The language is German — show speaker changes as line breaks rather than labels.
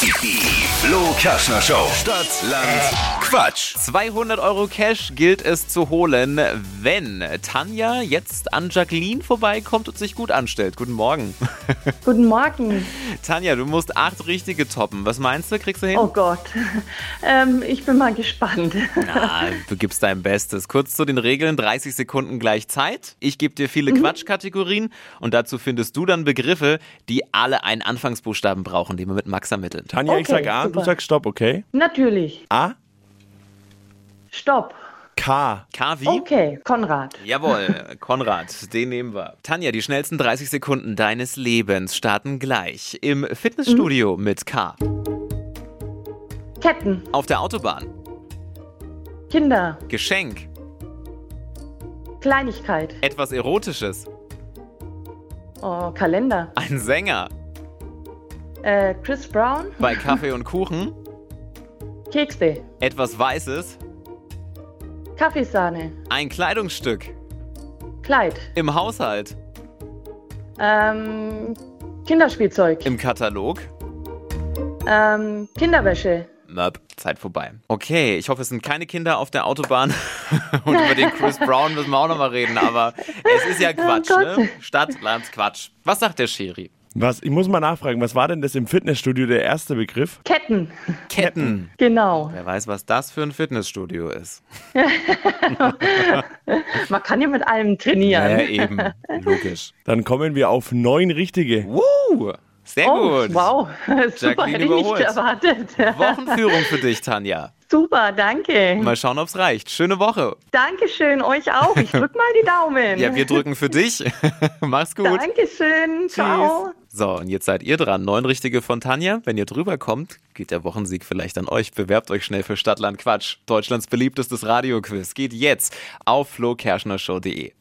Die Flo Kaschner Show. Stadt, Land, Quatsch.
200 Euro Cash gilt es zu holen, wenn Tanja jetzt an Jacqueline vorbeikommt und sich gut anstellt. Guten Morgen.
Guten Morgen.
Tanja, du musst acht richtige toppen. Was meinst du? Kriegst du hin?
Oh Gott. Ähm, ich bin mal gespannt.
Na, du gibst dein Bestes. Kurz zu den Regeln: 30 Sekunden gleich Zeit. Ich gebe dir viele Quatschkategorien und dazu findest du dann Begriffe, die alle einen Anfangsbuchstaben brauchen, den wir mit Max ermitteln.
Tanja, ich
Okay,
sag A, du
super.
sagst Stopp, okay?
Natürlich.
A,
Stopp.
K.
K wie?
Okay, Konrad.
Jawohl, Konrad, den nehmen wir. Tanja, die schnellsten 30 Sekunden deines Lebens starten gleich im Fitnessstudio mit K.
Ketten.
Auf der Autobahn.
Kinder.
Geschenk.
Kleinigkeit.
Etwas Erotisches.
Oh, Kalender.
Ein Sänger.
Äh, Chris Brown.
Bei Kaffee und Kuchen.
Kekse.
Etwas Weißes.
Kaffeesahne.
Ein Kleidungsstück.
Kleid.
Im Haushalt.
Ähm, Kinderspielzeug.
Im Katalog.
Ähm, Kinderwäsche.
Möp, Zeit vorbei. Okay, ich hoffe, es sind keine Kinder auf der Autobahn. Und über den Chris Brown müssen wir auch nochmal reden, aber es ist ja Quatsch,
Gott.
ne? Stadt, Land, Quatsch. Was sagt der Schiri?
Was, ich muss mal nachfragen, was war denn das im Fitnessstudio der erste Begriff?
Ketten.
Ketten.
Genau.
Wer weiß, was das für ein Fitnessstudio ist.
Man kann ja mit allem trainieren.
eben. Logisch.
Dann kommen wir auf neun richtige.
Woo! Sehr
Oh,
gut.
wow. Super, hätte ich
überholt.
nicht erwartet.
Wochenführung für dich, Tanja.
Super, danke.
Mal schauen, ob es reicht. Schöne Woche.
Dankeschön euch auch. Ich drück mal die Daumen.
Ja, wir drücken für dich. Mach's gut.
Dankeschön. Ciao.
So, und jetzt seid ihr dran. Neun richtige von Tanja. Wenn ihr drüber kommt, geht der Wochensieg vielleicht an euch. Bewerbt euch schnell für Stadtland Quatsch. Deutschlands beliebtestes Radioquiz geht jetzt auf flokerschnershow.de.